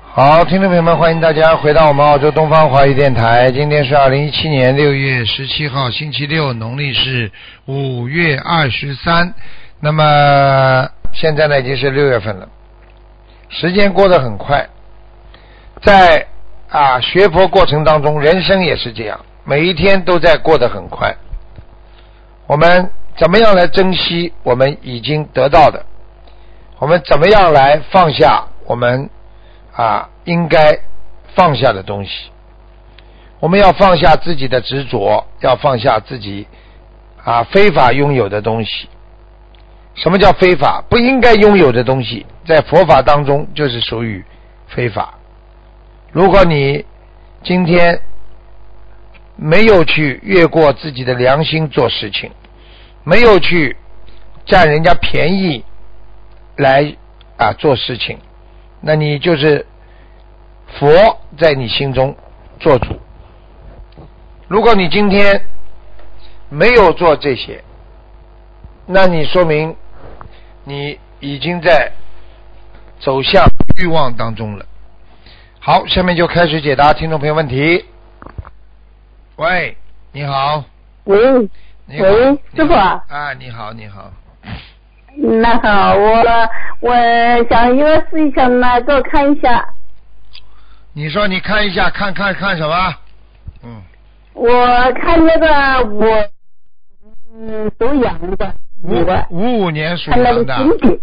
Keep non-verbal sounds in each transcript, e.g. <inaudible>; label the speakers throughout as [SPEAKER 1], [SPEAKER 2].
[SPEAKER 1] 好，听众朋友们，欢迎大家回到我们澳洲东方华语电台。今天是二零一七年六月十七号，星期六，农历是五月二十三。那么现在呢，已经是六月份了，时间过得很快。在啊学佛过程当中，人生也是这样，每一天都在过得很快。我们怎么样来珍惜我们已经得到的？我们怎么样来放下我们啊应该放下的东西？我们要放下自己的执着，要放下自己啊非法拥有的东西。什么叫非法？不应该拥有的东西，在佛法当中就是属于非法。如果你今天没有去越过自己的良心做事情，没有去占人家便宜来啊做事情，那你就是佛在你心中做主。如果你今天没有做这些，那你说明你已经在走向欲望当中了。好，下面就开始解答听众朋友问题。喂，你好，
[SPEAKER 2] 喂，
[SPEAKER 1] 你好，你
[SPEAKER 2] 喂
[SPEAKER 1] 好
[SPEAKER 2] 师傅啊
[SPEAKER 1] 啊，你好，你好，
[SPEAKER 2] 那好，我我想一个事情呢，给我看一下。
[SPEAKER 1] 你说你看一下，看看看什么？嗯，
[SPEAKER 2] 我看那个我，嗯，属羊的，
[SPEAKER 1] 五
[SPEAKER 2] 女的，
[SPEAKER 1] 五五年属
[SPEAKER 2] 看那
[SPEAKER 1] 羊
[SPEAKER 2] 个身
[SPEAKER 1] 的，
[SPEAKER 2] 体，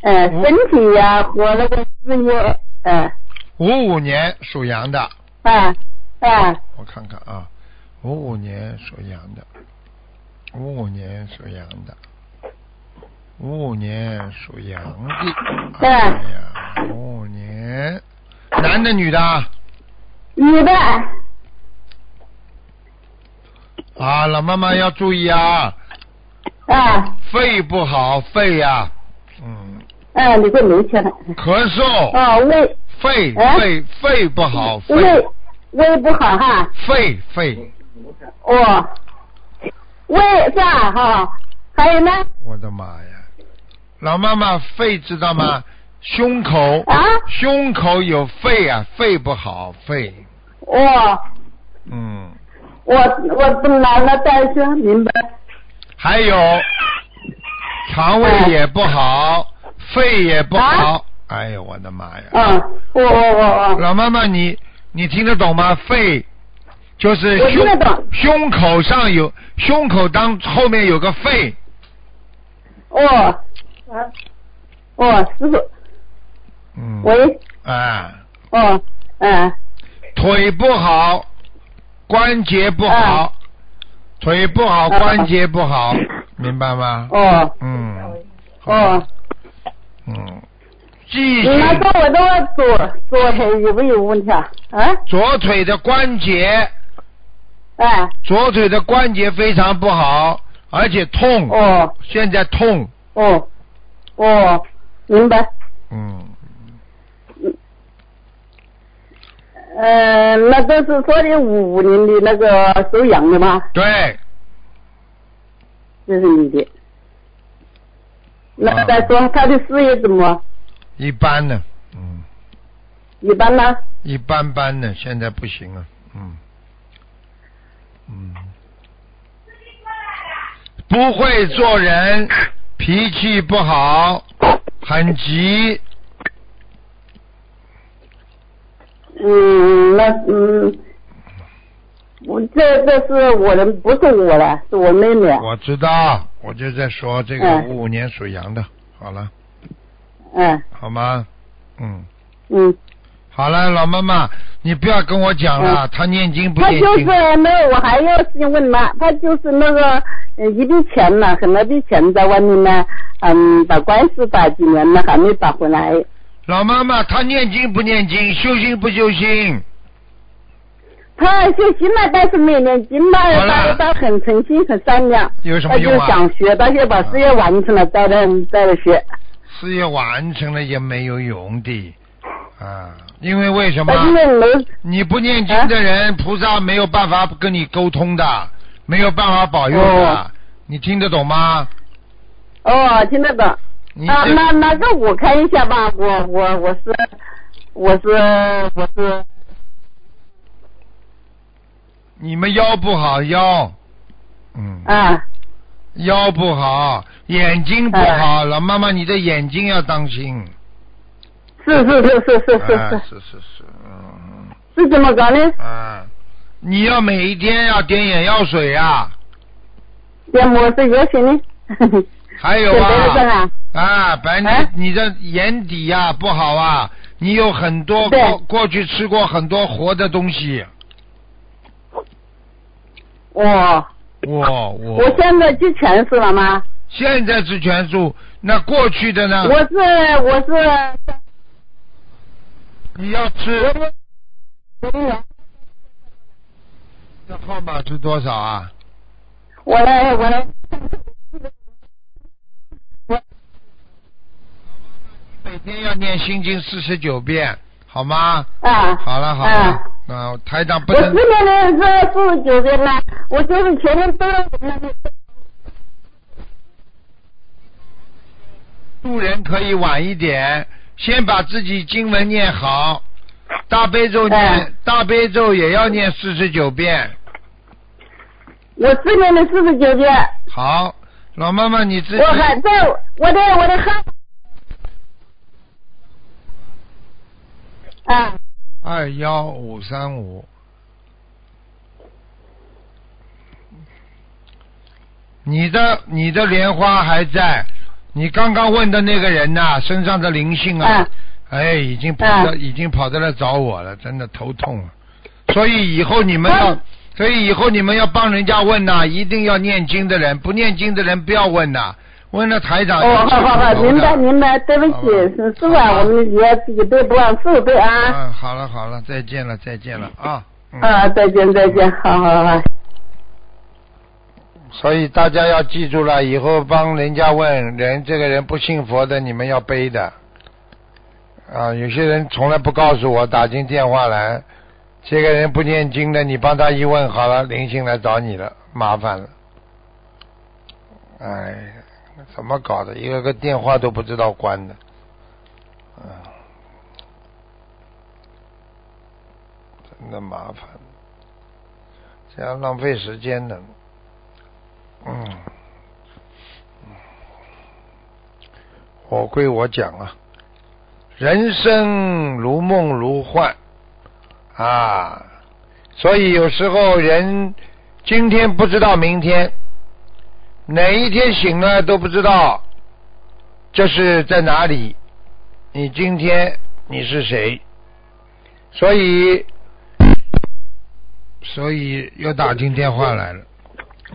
[SPEAKER 2] 呃，身体呀、和那个事业，呃，
[SPEAKER 1] 五五年属羊的，
[SPEAKER 2] 啊啊，
[SPEAKER 1] 我看看啊，五五年属羊的，五五年属羊的，五五年属羊的，
[SPEAKER 2] 对
[SPEAKER 1] 哎呀，五五年，男的女的啊？
[SPEAKER 2] 女的，
[SPEAKER 1] 啊，老妈妈要注意啊，
[SPEAKER 2] 啊，
[SPEAKER 1] 肺不好，肺呀、嗯，
[SPEAKER 2] 啊，你给我留下来。
[SPEAKER 1] 咳嗽，
[SPEAKER 2] 哦，胃
[SPEAKER 1] 肺
[SPEAKER 2] 哎嗯
[SPEAKER 1] 肺肺不好，肺
[SPEAKER 2] 胃胃不好哈，
[SPEAKER 1] 肺肺，
[SPEAKER 2] 哦，胃是吧？哈、还有呢？
[SPEAKER 1] 我的妈呀！老妈妈，肺知道吗？胸口
[SPEAKER 2] 啊，
[SPEAKER 1] 胸口有肺啊，肺不好，肺，
[SPEAKER 2] 哦。
[SPEAKER 1] 嗯，
[SPEAKER 2] 我我不拿了，但是明白。
[SPEAKER 1] 还有肠胃也不好，肺也不
[SPEAKER 2] 啊
[SPEAKER 1] 好，哎呦我的妈呀！
[SPEAKER 2] 嗯，我我我我，
[SPEAKER 1] 老妈妈，你你听得懂吗？肺就是
[SPEAKER 2] 我听
[SPEAKER 1] 胸
[SPEAKER 2] 得懂。
[SPEAKER 1] 胸口上有胸口当后面有个肺，
[SPEAKER 2] 哦，啊，哦，师傅，
[SPEAKER 1] 嗯，
[SPEAKER 2] 喂，
[SPEAKER 1] 啊，
[SPEAKER 2] 哦，嗯，
[SPEAKER 1] 腿不好，关节不好，腿不好，
[SPEAKER 2] 啊
[SPEAKER 1] 关节不好，明白吗？
[SPEAKER 2] 哦，
[SPEAKER 1] 嗯，
[SPEAKER 2] 哦，
[SPEAKER 1] 嗯，记
[SPEAKER 2] 你
[SPEAKER 1] 性，
[SPEAKER 2] 们说我的左左腿有没有问题啊？啊，
[SPEAKER 1] 左腿的关节，
[SPEAKER 2] 哎，
[SPEAKER 1] 左腿的关节非常不好，而且痛，
[SPEAKER 2] 哦，
[SPEAKER 1] 现在痛，
[SPEAKER 2] 哦，哦，明白。
[SPEAKER 1] 嗯，
[SPEAKER 2] 嗯，那都是说的五五年的那个收养的吗？
[SPEAKER 1] 对，
[SPEAKER 2] 这是你的。
[SPEAKER 1] 啊
[SPEAKER 2] 那再说他的事业怎么
[SPEAKER 1] 一般呢，嗯，
[SPEAKER 2] 一般呢？
[SPEAKER 1] 一般般呢，现在不行啊，嗯，嗯，不会做人，脾气不好，很急，
[SPEAKER 2] 嗯，那嗯，我这这是我的，不是我的，是我妹啊妹。
[SPEAKER 1] 我知道，我就在说这个
[SPEAKER 2] 嗯
[SPEAKER 1] 五五年属羊的，好了，
[SPEAKER 2] 嗯
[SPEAKER 1] 好吗？嗯，
[SPEAKER 2] 嗯，
[SPEAKER 1] 好了，老妈妈，你不要跟我讲了，他念经不
[SPEAKER 2] 嗯她
[SPEAKER 1] 念
[SPEAKER 2] 就是
[SPEAKER 1] 经？
[SPEAKER 2] 那个我还有事情问她，她就是那个呃一笔钱呢，很多笔钱在外面呢，嗯，打官司打几年了还没打回来。
[SPEAKER 1] 老妈妈，他念经不念经？修心不修心？
[SPEAKER 2] 她修行了，但是没念经嘛，
[SPEAKER 1] 好了
[SPEAKER 2] 哎她她很诚心，很善良。
[SPEAKER 1] 有什么
[SPEAKER 2] 她就
[SPEAKER 1] 用啊
[SPEAKER 2] 想学，她就把事业完成了，再来再来学。
[SPEAKER 1] 事业完成了也没有用的，啊，因为为什么？
[SPEAKER 2] 她因为啊没
[SPEAKER 1] 你不念经的人，菩萨没有办法跟你沟通的，没有办法保佑的，
[SPEAKER 2] 哦
[SPEAKER 1] 你听得懂吗？
[SPEAKER 2] 哦，听得懂。
[SPEAKER 1] 你
[SPEAKER 2] 啊，
[SPEAKER 1] 这
[SPEAKER 2] 那那个我看一下吧，我我我是我是我是
[SPEAKER 1] 你们腰不好腰，嗯，
[SPEAKER 2] 啊
[SPEAKER 1] 腰不好，眼睛不
[SPEAKER 2] 哎
[SPEAKER 1] 好，老妈妈你的眼睛要当心，
[SPEAKER 2] 是是是是是是
[SPEAKER 1] 啊是
[SPEAKER 2] 是
[SPEAKER 1] 是是，嗯
[SPEAKER 2] 是怎么着呢？
[SPEAKER 1] 嗯啊，你要每一天要点眼药水啊，
[SPEAKER 2] 也没是药 <laughs> 水呢。
[SPEAKER 1] 还有
[SPEAKER 2] 准备了是
[SPEAKER 1] 啊，
[SPEAKER 2] 吧？
[SPEAKER 1] 啊，白你、
[SPEAKER 2] 哎
[SPEAKER 1] 你的眼底呀、不好啊，你有很多
[SPEAKER 2] 对
[SPEAKER 1] 过过去吃过很多活的东西，
[SPEAKER 2] 哦，
[SPEAKER 1] 我我
[SPEAKER 2] 我现在就全是了吗？
[SPEAKER 1] 现在是全素，那过去的呢？
[SPEAKER 2] 我是我是
[SPEAKER 1] 你要吃的号码是多少啊？
[SPEAKER 2] 我来我来
[SPEAKER 1] 每天要念心经四十九遍，好吗？
[SPEAKER 2] 啊。
[SPEAKER 1] 好了好
[SPEAKER 2] 啊
[SPEAKER 1] 了，那、台长不
[SPEAKER 2] 我
[SPEAKER 1] 能
[SPEAKER 2] 四年的是四十九岁嘛，我就是前面都是那个
[SPEAKER 1] 渡人可以晚一点，先把自己经文念好，大悲咒念、
[SPEAKER 2] 哎
[SPEAKER 1] 大悲咒也要念四十九遍。
[SPEAKER 2] 我四年的四十九岁，
[SPEAKER 1] 好，老妈妈你自己
[SPEAKER 2] 我还在我的我的汉啊，
[SPEAKER 1] 二幺五三五。你的你的莲花还在，你刚刚问的那个人呐、身上的灵性啊，
[SPEAKER 2] 嗯
[SPEAKER 1] 哎，已经跑到、
[SPEAKER 2] 嗯
[SPEAKER 1] 已经跑到来找我了，真的头痛了。所以以后你们要，
[SPEAKER 2] 嗯
[SPEAKER 1] 所以以后你们要帮人家问呐、一定要念经的人，不念经的人不要问呐、问了台长。
[SPEAKER 2] 哦，好好好，明白明白，对不
[SPEAKER 1] 好
[SPEAKER 2] 起
[SPEAKER 1] 吧，
[SPEAKER 2] 是是
[SPEAKER 1] 好吧
[SPEAKER 2] 啊，我们也自己对不让受对啊，
[SPEAKER 1] 嗯，好了好了，再见了再见了啊。嗯
[SPEAKER 2] 啊，再见再见，好好好，
[SPEAKER 1] 所以大家要记住了，以后帮人家问人，这个人不信佛的，你们要背的。啊，有些人从来不告诉我，打进电话来，这个人不念经的，你帮他一问好了，灵性来找你了，麻烦了。哎，怎么搞的？一个个电话都不知道关的。嗯，真的麻烦，这样浪费时间的。嗯，我归我讲啊，人生如梦如幻啊，所以有时候人今天不知道明天，哪一天醒了都不知道这是在哪里，你今天你是谁，所以所以又打进电话来了。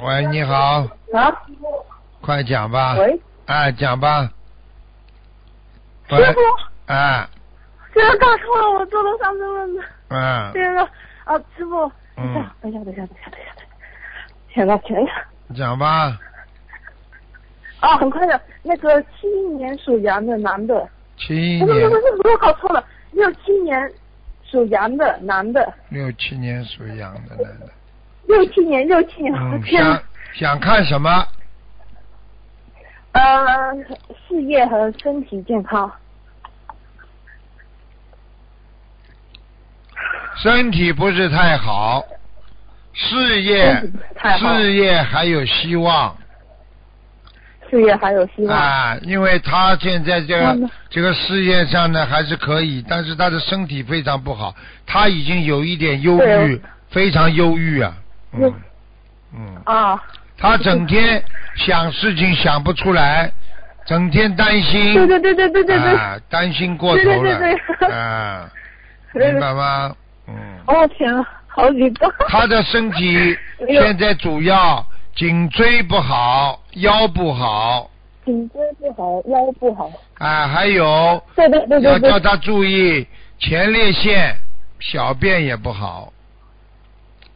[SPEAKER 1] 喂，你好，
[SPEAKER 2] 啊，
[SPEAKER 1] 快讲吧。
[SPEAKER 2] 喂，
[SPEAKER 1] 哎，讲吧。
[SPEAKER 3] 师
[SPEAKER 1] 喂
[SPEAKER 3] 傅，，
[SPEAKER 1] 哎，
[SPEAKER 3] 真的打错了，我做了三次问的，
[SPEAKER 1] 嗯，
[SPEAKER 3] 对了，啊，师傅，等
[SPEAKER 1] 嗯
[SPEAKER 3] 一下，，等一下，等一下，等一下，等一下，天呐，天呐，
[SPEAKER 1] 嗯讲吧。
[SPEAKER 3] 啊，很快的，那个七一年属羊的男的，
[SPEAKER 1] 七一
[SPEAKER 3] 不是
[SPEAKER 1] 年
[SPEAKER 3] 不，是不是，我搞错了，六七年属羊的男的，
[SPEAKER 1] 六七年属羊的男的。
[SPEAKER 3] 六七年六七年，我
[SPEAKER 1] 嗯，
[SPEAKER 3] <laughs> 天呐
[SPEAKER 1] 想，想看什么？
[SPEAKER 3] 呃，事业和身体健康，
[SPEAKER 1] 身体不是太好，事业
[SPEAKER 3] 身体不是太好
[SPEAKER 1] 事业还有希望
[SPEAKER 3] 事业还有希望，
[SPEAKER 1] 啊，因为他现在这
[SPEAKER 3] 好
[SPEAKER 1] 个
[SPEAKER 3] 的
[SPEAKER 1] 这个事业上呢还是可以，但是他的身体非常不好，他已经有一点忧郁
[SPEAKER 3] 对，
[SPEAKER 1] 非常忧郁啊。嗯
[SPEAKER 3] 忧
[SPEAKER 1] 嗯。
[SPEAKER 3] 啊，
[SPEAKER 1] 他整天想事情想不出来，整天担心，
[SPEAKER 3] 对对对对对对对，
[SPEAKER 1] 嗯啊，担心过头了，
[SPEAKER 3] 对对对对
[SPEAKER 1] 啊，
[SPEAKER 3] 对对
[SPEAKER 1] 明白吗？嗯，
[SPEAKER 3] 哦天呐，好紧张，
[SPEAKER 1] 他的身体
[SPEAKER 3] <laughs> 哎呦
[SPEAKER 1] 现在主要颈椎不好，腰不好，
[SPEAKER 3] 颈椎不好，腰不好，
[SPEAKER 1] 啊，还有
[SPEAKER 3] 对对对
[SPEAKER 1] 要
[SPEAKER 3] 对对
[SPEAKER 1] 叫。他注意前列腺、小便也不好，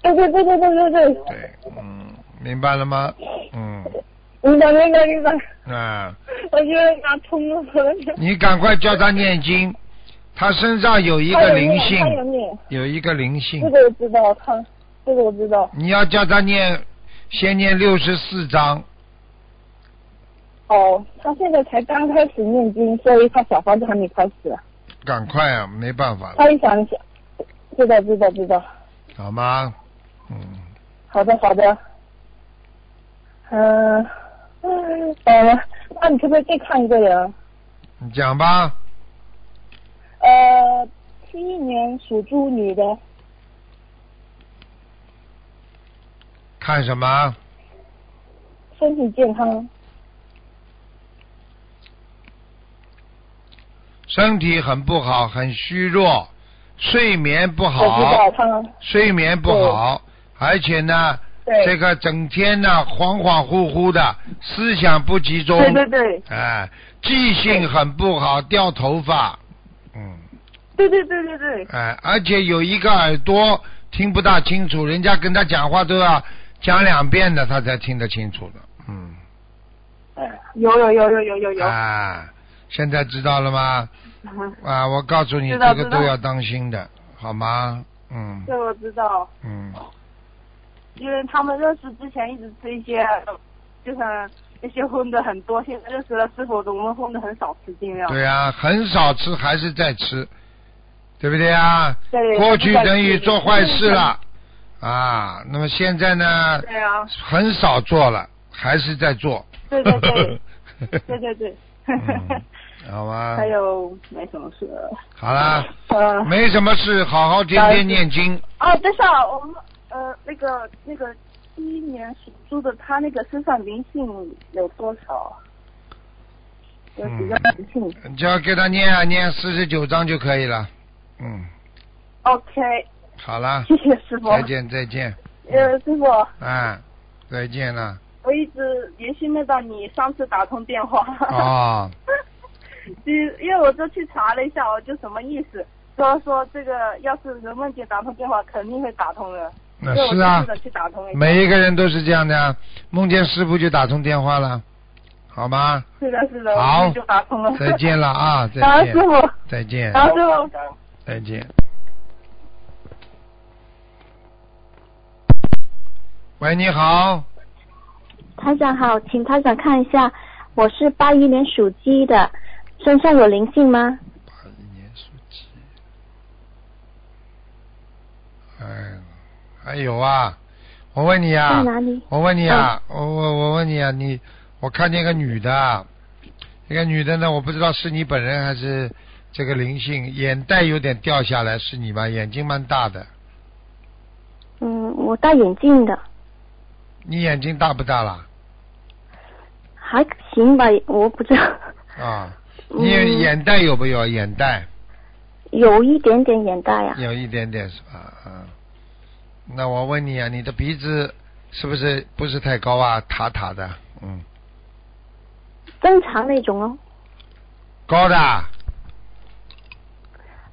[SPEAKER 3] 对对对对对对对，
[SPEAKER 1] 对，嗯，明白了吗？嗯，
[SPEAKER 3] 明白明白明白，
[SPEAKER 1] 啊。
[SPEAKER 3] 我觉得打通了，我觉得
[SPEAKER 1] 你赶快叫他念经，他身上有一个灵
[SPEAKER 3] 他有
[SPEAKER 1] 性，
[SPEAKER 3] 念，
[SPEAKER 1] 有一个灵性
[SPEAKER 3] 这，个我知道，他这个我知道，
[SPEAKER 1] 你要叫他念，先念六十四章，
[SPEAKER 3] 哦，他现在才刚开始念经，所以他小房子还没开始，
[SPEAKER 1] 赶快啊，没办法了，
[SPEAKER 3] 他一想一想，知道知道知道，
[SPEAKER 1] 好吗？嗯，
[SPEAKER 3] 好的好的，嗯、嗯，呃，那你可不可以再看一个人？
[SPEAKER 1] 你讲吧，
[SPEAKER 3] 呃，七一年属猪女的，
[SPEAKER 1] 看什么？
[SPEAKER 3] 身体健康，
[SPEAKER 1] 身体很不好，很虚弱，睡眠不
[SPEAKER 3] 我知道
[SPEAKER 1] 好，
[SPEAKER 3] 她，
[SPEAKER 1] 睡眠不好，而且呢，
[SPEAKER 3] 对
[SPEAKER 1] 这个整天呢恍恍惚惚的，思想不集中，
[SPEAKER 3] 对对对
[SPEAKER 1] 哎，记性很不好，掉头发，嗯，
[SPEAKER 3] 对对对对对，
[SPEAKER 1] 哎，而且有一个耳朵听不大清楚，人家跟他讲话都要讲两遍的，他才听得清楚的，嗯，
[SPEAKER 3] 嗯有有有有有有有，
[SPEAKER 1] 啊，现在知道了吗？
[SPEAKER 3] 嗯
[SPEAKER 1] 啊，我告诉你，
[SPEAKER 3] 知道
[SPEAKER 1] 这个
[SPEAKER 3] 知道
[SPEAKER 1] 都要当心的，好吗？嗯
[SPEAKER 3] 这我知道。
[SPEAKER 1] 嗯，
[SPEAKER 3] 因为他们认识之前一直是一些，呃就像那些混的很多，现在认识了师傅，我们混的很少，吃尽量。
[SPEAKER 1] 对啊，很少吃还是在吃，对不对啊？
[SPEAKER 3] 对
[SPEAKER 1] 过去等于做坏事。
[SPEAKER 3] 还
[SPEAKER 1] 了啊，那么现在呢
[SPEAKER 3] 是在吃，对啊，
[SPEAKER 1] 很少做了，还是在做。
[SPEAKER 3] 对对
[SPEAKER 1] <laughs>
[SPEAKER 3] 对对对对。
[SPEAKER 1] 嗯好吧
[SPEAKER 3] <laughs> 还，有没什么事了？
[SPEAKER 1] 好啦，
[SPEAKER 3] <laughs> 呃，
[SPEAKER 1] 没什么事，好好天天念经。
[SPEAKER 3] 哦，等一下，我们呃那个那个第一年属猪的，他那个身上灵性有多少？
[SPEAKER 1] 嗯
[SPEAKER 3] 有几个灵性、
[SPEAKER 1] 你嗯只要给他念啊，念四十九章就可以了。嗯，
[SPEAKER 3] o k
[SPEAKER 1] 好啦，
[SPEAKER 3] 谢谢师傅。
[SPEAKER 1] 啊再见再见，
[SPEAKER 3] 呃，师傅。
[SPEAKER 1] 啊，再见
[SPEAKER 3] <laughs>
[SPEAKER 1] 了。
[SPEAKER 3] 我一直联系不到你上次打通电话。
[SPEAKER 1] 哦，
[SPEAKER 3] 就 <laughs> 因为我就去查了一下，我就什么意思，说说这个要是能梦见打通电话，肯定会打通的。
[SPEAKER 1] 那
[SPEAKER 3] 所以我
[SPEAKER 1] 是
[SPEAKER 3] 就
[SPEAKER 1] 啊
[SPEAKER 3] 试，着去打通一下。
[SPEAKER 1] 每一个人都是这样的啊。梦见师傅就打通电话了，好吗？
[SPEAKER 3] 是的，是的，
[SPEAKER 1] 好
[SPEAKER 3] 我就打通了。
[SPEAKER 1] 再见了啊，
[SPEAKER 3] <laughs>
[SPEAKER 1] 再
[SPEAKER 3] 啊，师
[SPEAKER 1] 见，
[SPEAKER 3] 傅，
[SPEAKER 1] 再见，
[SPEAKER 3] 啊，师傅。
[SPEAKER 1] 再见。喂，你好，
[SPEAKER 4] 台长好，请台长看一下，我是八一年属鸡的，身上有灵性吗？
[SPEAKER 1] 八一年属鸡。哎呦，还有啊，我问你啊
[SPEAKER 4] 在，哪里？嗯
[SPEAKER 1] 我问你啊，我我我问你啊，你我看见一个女的，一个女的呢，我不知道是你本人还是这个灵性，眼袋有点掉下来，是你吧？眼睛蛮大的，
[SPEAKER 4] 嗯，我戴眼镜的，
[SPEAKER 1] 你眼睛大不大啦？
[SPEAKER 4] 还行吧，我不知道，
[SPEAKER 1] 啊，
[SPEAKER 4] 嗯
[SPEAKER 1] 你眼袋有没有？眼袋
[SPEAKER 4] <laughs> 有一点点眼袋啊。
[SPEAKER 1] 有一点点是吧？啊，那我问你啊，你的鼻子是不是不是太高啊？塔塔的，嗯，
[SPEAKER 4] 正常那种哦。
[SPEAKER 1] 高的啊，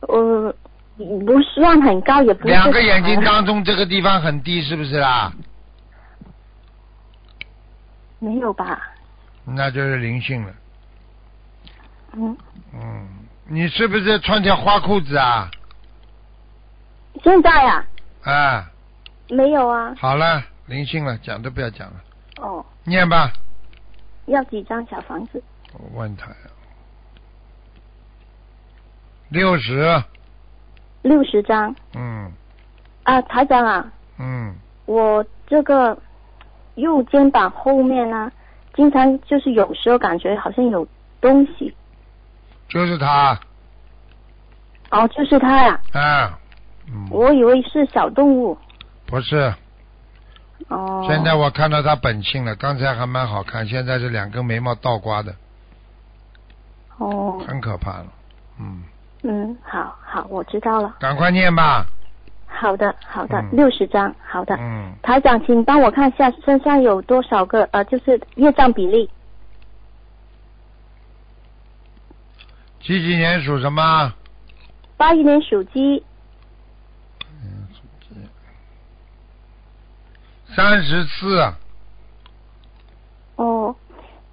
[SPEAKER 4] 呃，不算很高，也不是啊
[SPEAKER 1] 两个眼睛
[SPEAKER 4] 很
[SPEAKER 1] 当中这个地方很低，是不是啦？
[SPEAKER 4] 没有吧？
[SPEAKER 1] 那就是灵性了。
[SPEAKER 4] 嗯，
[SPEAKER 1] 嗯，你是不是穿条花裤子啊？
[SPEAKER 4] 现在啊，
[SPEAKER 1] 啊，
[SPEAKER 4] 没有啊。
[SPEAKER 1] 好了，灵性了，讲都不要讲了，
[SPEAKER 4] 哦，
[SPEAKER 1] 念吧。
[SPEAKER 4] 要几张小房子？
[SPEAKER 1] 我问他呀，六十，
[SPEAKER 4] 六十张
[SPEAKER 1] 嗯
[SPEAKER 4] 啊，台长啊，
[SPEAKER 1] 嗯，
[SPEAKER 4] 我这个右肩膀后面呢、经常就是有时候感觉好像有东西，
[SPEAKER 1] 就是他
[SPEAKER 4] 哦，就是它呀、
[SPEAKER 1] 啊，嗯，
[SPEAKER 4] 我以为是小动物，
[SPEAKER 1] 不是，
[SPEAKER 4] 哦，
[SPEAKER 1] 现在我看到他本性了，刚才还蛮好看，现在是两根眉毛倒刮的，
[SPEAKER 4] 哦，
[SPEAKER 1] 很可怕了，嗯，
[SPEAKER 4] 嗯，好好，我知道了，
[SPEAKER 1] 赶快念吧，
[SPEAKER 4] 好的，好的
[SPEAKER 1] 嗯，
[SPEAKER 4] 六十、张，好的，
[SPEAKER 1] 嗯，
[SPEAKER 4] 台长，请帮我看一下身上有多少个呃，就是业障比例，
[SPEAKER 1] 几几年属什么？
[SPEAKER 4] 八一年属鸡，
[SPEAKER 1] 三十四，
[SPEAKER 4] 哦，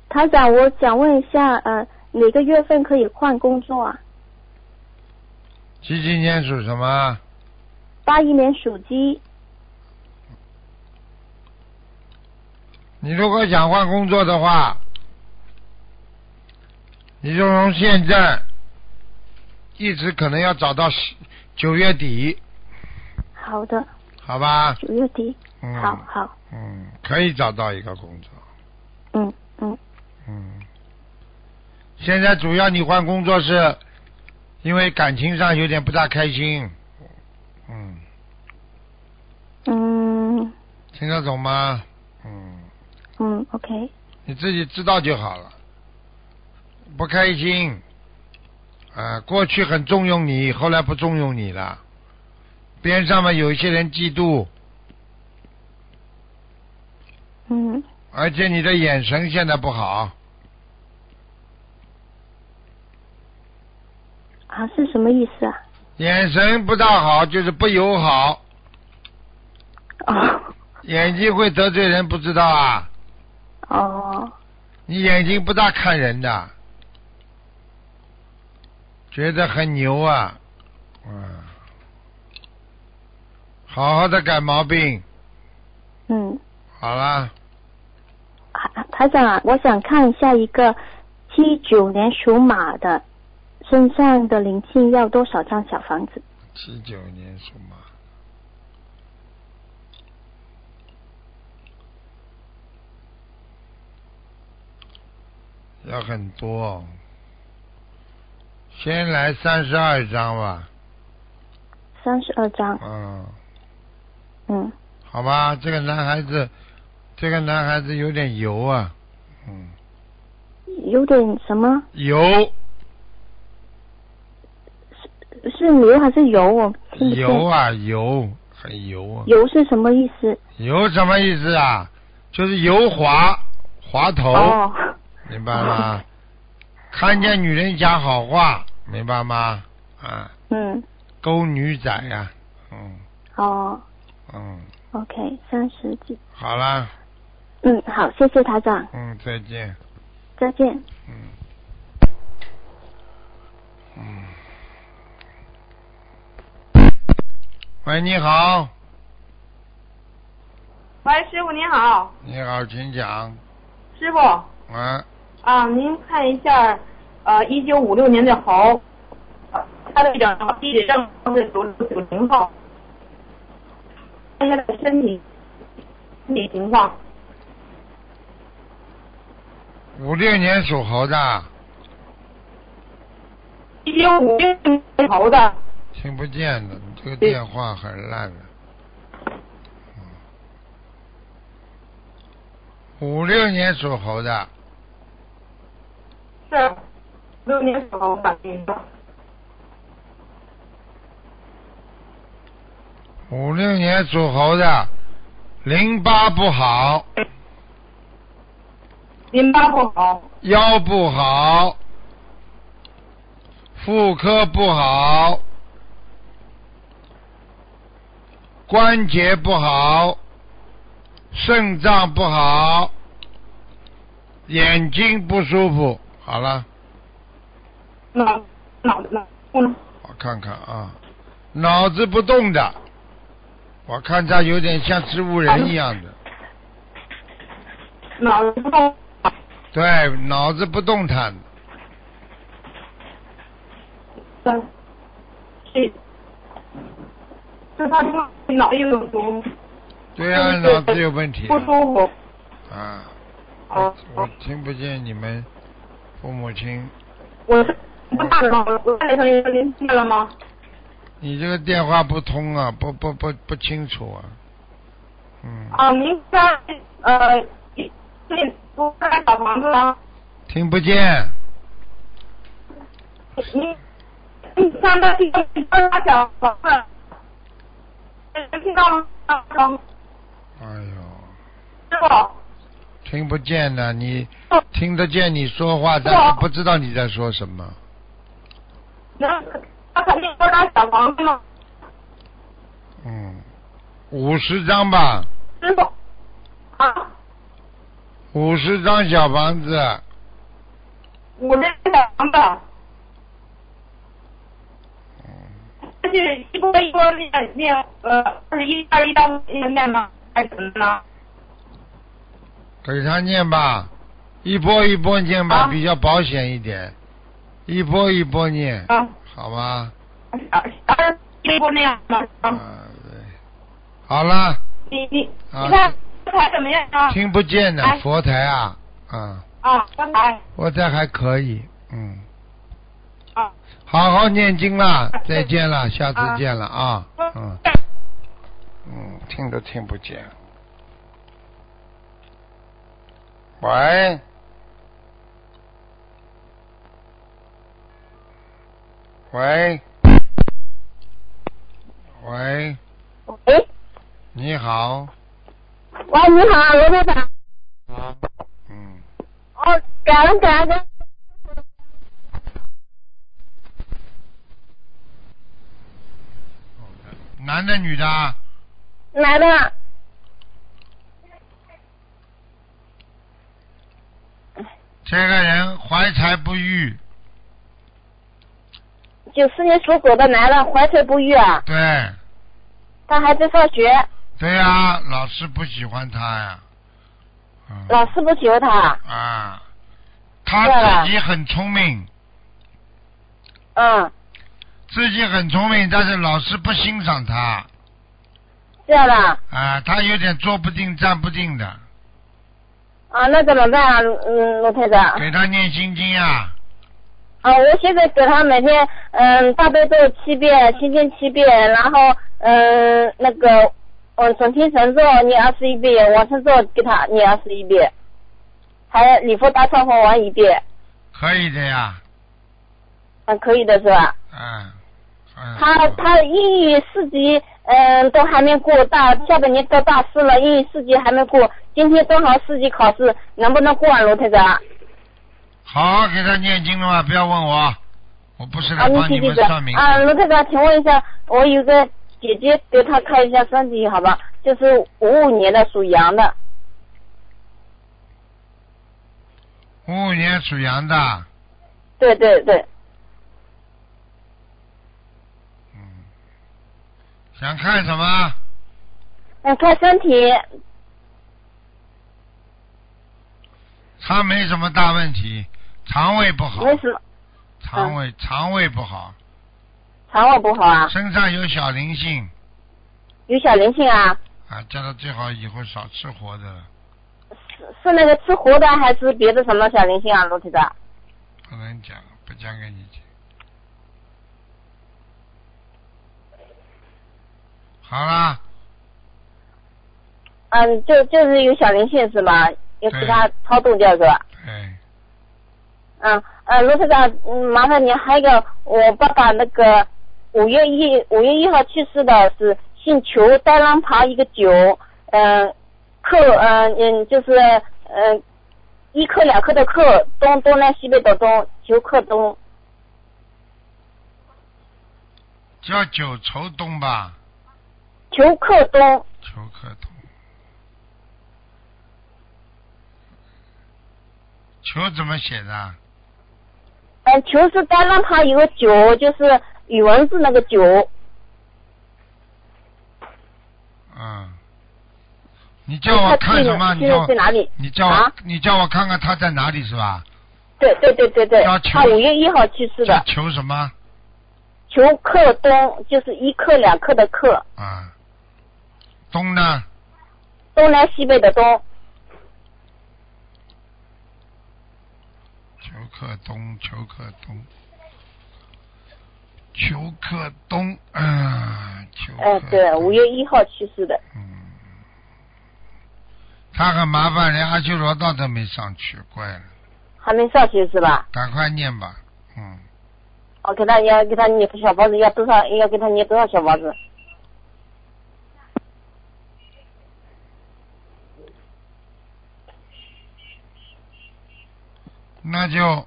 [SPEAKER 4] 台长，我想问一下呃，哪个月份可以换工作啊？
[SPEAKER 1] 几几年属什么？
[SPEAKER 4] 八一年属鸡，
[SPEAKER 1] 你如果想换工作的话，你就从现在一直可能要找到十九月底，
[SPEAKER 4] 好的，
[SPEAKER 1] 好吧？
[SPEAKER 4] 九月底，
[SPEAKER 1] 嗯，
[SPEAKER 4] 好好，
[SPEAKER 1] 嗯，可以找到一个工作，
[SPEAKER 4] 嗯嗯，
[SPEAKER 1] 嗯。现在主要你换工作是，因为感情上有点不大开心，嗯，
[SPEAKER 4] 嗯
[SPEAKER 1] 听得懂吗？嗯，
[SPEAKER 4] 嗯，OK，
[SPEAKER 1] 你自己知道就好了，不开心，啊，过去很重用你，后来不重用你了，边上嘛有一些人嫉妒，
[SPEAKER 4] 嗯
[SPEAKER 1] 而且你的眼神现在不好，
[SPEAKER 4] 啊是什么意思啊？
[SPEAKER 1] 眼神不大好就是不友好，
[SPEAKER 4] 哦
[SPEAKER 1] 眼睛会得罪人，不知道啊？
[SPEAKER 4] 哦
[SPEAKER 1] 你眼睛不大看人的，觉得很牛啊，嗯，好好的改毛病，
[SPEAKER 4] 嗯，
[SPEAKER 1] 好啦，
[SPEAKER 4] 啊台长啊，我想看一下一个七九年属马的身上的灵性要多少张小房子？
[SPEAKER 1] 七九年属马，要很多，哦先来三十二张吧，
[SPEAKER 4] 三十二张，
[SPEAKER 1] 嗯。
[SPEAKER 4] 嗯
[SPEAKER 1] 好吧，这个男孩子，这个男孩子有点油啊，嗯，
[SPEAKER 4] 有点什么？
[SPEAKER 1] 油
[SPEAKER 4] 是是牛还是油？我听不见。
[SPEAKER 1] 油啊油，很油啊，
[SPEAKER 4] 油是什么意思？
[SPEAKER 1] 油什么意思啊？就是油滑滑头，
[SPEAKER 4] 哦， <laughs>
[SPEAKER 1] 明白吗？看见女人讲好话，明白吗？啊，
[SPEAKER 4] 嗯，
[SPEAKER 1] 勾女仔呀、嗯
[SPEAKER 4] 哦
[SPEAKER 1] 嗯，
[SPEAKER 4] ，OK，三十几，
[SPEAKER 1] 好啦，
[SPEAKER 4] 嗯，好，谢谢台长，
[SPEAKER 1] 嗯，再见。
[SPEAKER 4] 再见。
[SPEAKER 1] 嗯，嗯。喂，你好，
[SPEAKER 5] 喂，师傅您好，
[SPEAKER 1] 你好，请讲。
[SPEAKER 5] 师傅啊、
[SPEAKER 1] 啊，
[SPEAKER 5] 您看一下，呃，一九五六年的猴，呃他的长地址证是九九零后，看一下他的身体身体情况，
[SPEAKER 1] 五六年属猴的，
[SPEAKER 5] 一九五六年的猴的，
[SPEAKER 1] 听不见了，你这个电话很烂的。嗯五六年属猴的，
[SPEAKER 5] 是五六年属猴的，嗯
[SPEAKER 1] 五六年属猴的，淋巴不好，
[SPEAKER 5] 淋巴不好，
[SPEAKER 1] 腰不好，妇科不好，关节不好，肾脏不好，眼睛不舒服。好了，
[SPEAKER 5] 脑脑脑部呢？
[SPEAKER 1] 我看看啊，脑子不动的，我看他有点像植物人一样 <laughs> 的，
[SPEAKER 5] 脑子不动，
[SPEAKER 1] 对，脑子不动弹的，
[SPEAKER 5] 嗯，是，就他这个脑有点不
[SPEAKER 1] <laughs> 对啊，脑子有问题
[SPEAKER 5] 不
[SPEAKER 1] 啊。
[SPEAKER 5] 舒服，
[SPEAKER 1] 啊
[SPEAKER 5] 哦
[SPEAKER 1] 我我听不见你们父母亲，
[SPEAKER 5] 我是不大了吗？我我带上一个零了吗？
[SPEAKER 1] 你这个电话不通啊，不不不不清楚啊。嗯，
[SPEAKER 5] 啊，您看，呃，对，我看小房子啊，
[SPEAKER 1] 听不见，
[SPEAKER 5] 您，你看到第二家小房子，能听到吗？啊
[SPEAKER 1] 哎呦，
[SPEAKER 5] 师傅，
[SPEAKER 1] 听不见呢、你
[SPEAKER 5] 哦
[SPEAKER 1] 听得见你说话，但是不知道你在说什么。
[SPEAKER 5] 能他肯定多大小房子吗？
[SPEAKER 1] 嗯，五十张吧，
[SPEAKER 5] 师傅，啊，
[SPEAKER 1] 五十张小房子，
[SPEAKER 5] 我这小房子，
[SPEAKER 1] 嗯
[SPEAKER 5] 这是一波一波念念，呃，二十一二十一到念吗？还是怎么呢？
[SPEAKER 1] 给他念吧，一波一波念吧，
[SPEAKER 5] 啊
[SPEAKER 1] 比较保险一点。一波一波念，
[SPEAKER 5] 啊，
[SPEAKER 1] 好吗？
[SPEAKER 5] 二二一波那样的
[SPEAKER 1] 嗯
[SPEAKER 5] 啊，，
[SPEAKER 1] 对，好了，
[SPEAKER 5] 你你你
[SPEAKER 1] 啊
[SPEAKER 5] 看台怎么样啊？
[SPEAKER 1] 听不见的
[SPEAKER 5] 哎
[SPEAKER 1] 佛台啊，啊，
[SPEAKER 5] 啊，刚才
[SPEAKER 1] 我这还可以，嗯，
[SPEAKER 5] 啊，
[SPEAKER 1] 好好念经啦
[SPEAKER 5] 啊，
[SPEAKER 1] 再见啦，下次
[SPEAKER 5] 啊
[SPEAKER 1] 见了啊，嗯
[SPEAKER 5] 嗯
[SPEAKER 1] 嗯，听都听不见。喂，喂，喂，
[SPEAKER 4] 喂，
[SPEAKER 1] 你好，
[SPEAKER 4] 喂，你好，罗队长。啊
[SPEAKER 1] 嗯，
[SPEAKER 4] 哦，感恩感恩。
[SPEAKER 1] 男的女的啊？
[SPEAKER 4] 来了。
[SPEAKER 1] 这个人怀才不遇，
[SPEAKER 4] 九四年属狗的男的，怀才不遇啊，
[SPEAKER 1] 对，
[SPEAKER 4] 他还在上学，
[SPEAKER 1] 对呀、老师不喜欢他呀，嗯，
[SPEAKER 4] 老师不喜欢他。
[SPEAKER 1] 啊，
[SPEAKER 4] 对
[SPEAKER 1] 他
[SPEAKER 4] 了
[SPEAKER 1] 自己很聪明，
[SPEAKER 4] 嗯，
[SPEAKER 1] 自己很聪明，但是老师不欣赏他
[SPEAKER 4] 这样的。
[SPEAKER 1] 啊，他有点坐不定、站不定的。
[SPEAKER 4] 啊，那怎么办啊？嗯，罗台长。
[SPEAKER 1] 给他念心经啊，
[SPEAKER 4] 啊，我现在给他每天嗯大悲咒七遍，心经七遍，然后嗯那个嗯准提神咒念二十一遍，往生咒给他念二十一遍，还有礼佛大忏悔文一遍，
[SPEAKER 1] 可以的呀，
[SPEAKER 4] 嗯可以的是吧？
[SPEAKER 1] 啊，嗯
[SPEAKER 4] 他他英语四级嗯都还没过大，下半年到大四了，英语四级还没过，今天正好四级考试，能不能过啊，罗台长？
[SPEAKER 1] 好好给他念经了吗？不要问我，我不是来
[SPEAKER 4] 啊，
[SPEAKER 1] 嗯
[SPEAKER 4] 你
[SPEAKER 1] 帮
[SPEAKER 4] 记
[SPEAKER 1] 你
[SPEAKER 4] 记
[SPEAKER 1] 们
[SPEAKER 4] 着
[SPEAKER 1] 算命的。
[SPEAKER 4] 啊，卢队长，请问一下，我有个姐姐给她看一下身体，好吧？就是五五年的属羊的，
[SPEAKER 1] 五五年属羊的，
[SPEAKER 4] 对对对，
[SPEAKER 1] 嗯，想看什么？
[SPEAKER 4] 嗯，看身体，
[SPEAKER 1] 他没什么大问题，肠胃不好，
[SPEAKER 4] 没什么，
[SPEAKER 1] 肠胃肠胃不好，
[SPEAKER 4] 肠胃不好啊，
[SPEAKER 1] 身上有小灵性
[SPEAKER 4] 有小灵性啊，
[SPEAKER 1] 啊，叫他最好以后少吃活的了，
[SPEAKER 4] 是是那个吃活的还是别的什么小灵性啊，卢队长？
[SPEAKER 1] 不能讲，不讲给你听。好啦，
[SPEAKER 4] 嗯，就就是有小灵性是吗？要给他超度掉是吧？
[SPEAKER 1] 对，
[SPEAKER 4] 嗯，呃，卢队长，嗯，麻烦您，还有一个，我爸爸那个五月一五月一号去世的是姓裘，单人旁一个九，嗯、克，嗯、嗯，就是嗯、呃一克两克的克，东东南西北的东，裘克东，
[SPEAKER 1] 叫九仇东吧，
[SPEAKER 4] 裘克东，
[SPEAKER 1] 仇克东，仇怎么写的？
[SPEAKER 4] 嗯、裘是单人旁一个九，就是语文字那个九，
[SPEAKER 1] 嗯，你叫我看什么？
[SPEAKER 4] 他
[SPEAKER 1] 你
[SPEAKER 4] 去世
[SPEAKER 1] 叫
[SPEAKER 4] 了在
[SPEAKER 1] 我
[SPEAKER 4] 哪里？
[SPEAKER 1] 你叫我、
[SPEAKER 4] 啊
[SPEAKER 1] 你叫我看看他在哪里是吧？
[SPEAKER 4] 对对对对对
[SPEAKER 1] 啊，裘
[SPEAKER 4] 他五月一号去世的，
[SPEAKER 1] 求什么？
[SPEAKER 4] 裘克东就是一克两克的克，
[SPEAKER 1] 啊，东呢？
[SPEAKER 4] 东南西北的
[SPEAKER 1] 哦
[SPEAKER 4] 东。
[SPEAKER 1] 求克东，求克东，求克东啊，求克。
[SPEAKER 4] 哎，对，五。月一号去世的。
[SPEAKER 1] 嗯，他很麻烦，连阿修罗道都没上去，怪了。
[SPEAKER 4] 还没上去是吧？
[SPEAKER 1] 赶快念吧，嗯，
[SPEAKER 4] 我给他要给他捏小房子要多少？要给他捏多少小房子？
[SPEAKER 1] 那就